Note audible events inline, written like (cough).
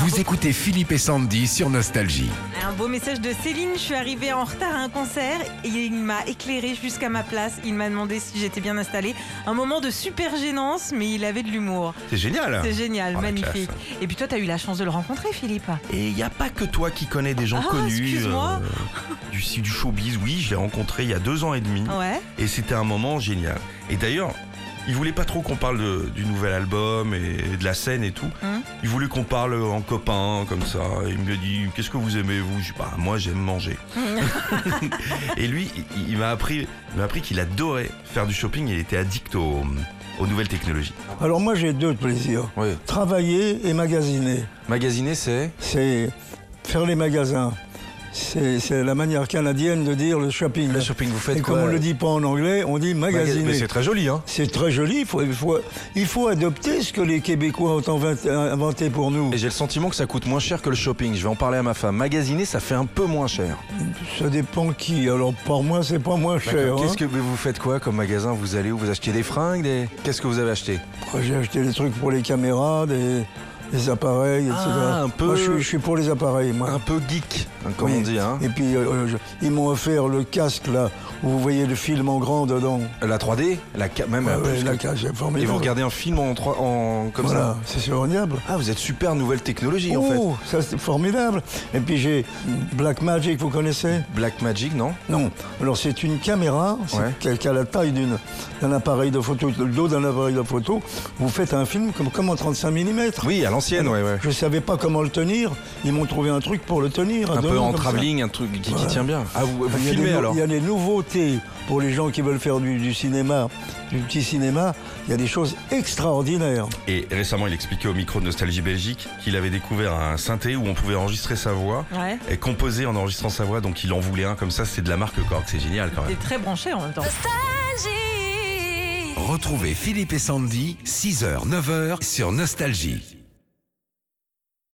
Vous écoutez Philippe et Sandy sur Nostalgie. Un beau message de Céline, je suis arrivée en retard à un concert et il m'a éclairée jusqu'à ma place. Il m'a demandé si j'étais bien installée. Un moment de super gênance, mais il avait de l'humour. C'est génial. C'est génial, Oh, la magnifique. classe. Et puis toi, t'as eu la chance de le rencontrer, Philippe. Et il n'y a pas que toi qui connais des gens Ah, connus euh, excuse-moi. du, si- du showbiz. Oui, je l'ai rencontré il y a deux ans et demi. Ouais. Et c'était un moment génial. Et d'ailleurs, il voulait pas trop qu'on parle de- du nouvel album et de la scène et tout. Hum. Il voulait qu'on parle en copain, comme ça. Il me dit Qu'est-ce que vous aimez, vous Je dis Bah, moi, (laughs) j'aime manger. et lui, il, il m'a appris, il m'a appris qu'il adorait faire du shopping. Il était addict aux, aux nouvelles technologies. Alors moi j'ai deux plaisirs. Oui. Travailler et magasiner. Magasiner, c'est C'est faire les magasins. C'est c'est la manière canadienne de dire le shopping. le shopping. Vous faites et quoi comme on le dit pas en anglais, on dit Magasiner. magasiner. Mais c'est très joli, hein C'est très joli, il faut, il, faut, il faut adopter ce que les Québécois ont invent- inventé pour nous. Et j'ai le sentiment que ça coûte moins cher que le shopping. Je vais en parler à ma femme. Magasiner, ça fait un peu moins cher. Ça dépend qui. Alors pour moi, c'est pas moins cher. D'accord. hein. Qu'est-ce que mais vous faites quoi comme magasin Vous allez où Vous achetez des fringues des... Qu'est-ce que vous avez acheté Moi, J'ai acheté des trucs pour les caméras, des, des appareils, etc. Ah, un peu- Moi, je, suis- je suis pour les appareils, moi. Un peu geek, hein, comme Oui. on dit. Hein. Et puis, euh, je- ils m'ont offert le casque, là, où vous voyez le film en grand dedans. La 3D, la ca- même Ah euh, ouais, plus la que- case, c'est Et formidable. vous regardez un film en, trois- en comme Voilà, ça. c'est surrégnable. Ah, vous êtes super nouvelle technologie en fait. Oh, ça c'est formidable. Et puis j'ai Black Magic, vous connaissez Black Magic, non Non. Alors c'est une caméra c'est- Ouais. qui a- qui a la taille d'une- d'un appareil de photo, le dos d'un appareil de photo. Vous faites un film comme, comme en 35 mm. Oui, à l'ancienne, ouais, ouais. Je savais pas comment le tenir. Ils m'ont trouvé un truc pour le tenir. Un peu en travelling. travelling, un truc qui, qui Voilà. tient bien. Ah, vous, vous Il y a des filmez nou- alors Il y a des nouveautés pour les gens qui veulent faire du, du cinéma, du petit cinéma. Il y a des choses extraordinaires. Et récemment, il expliquait au micro de Nostalgie Belgique qu'il avait découvert un synthé où on pouvait enregistrer sa voix Ouais. et composer en enregistrant sa voix. Donc il en voulait un comme ça. C'est de la marque Korg. C'est génial quand même. T'es très branché en même temps. Retrouvez Philippe et Sandy, 6h, 9h sur Nostalgie.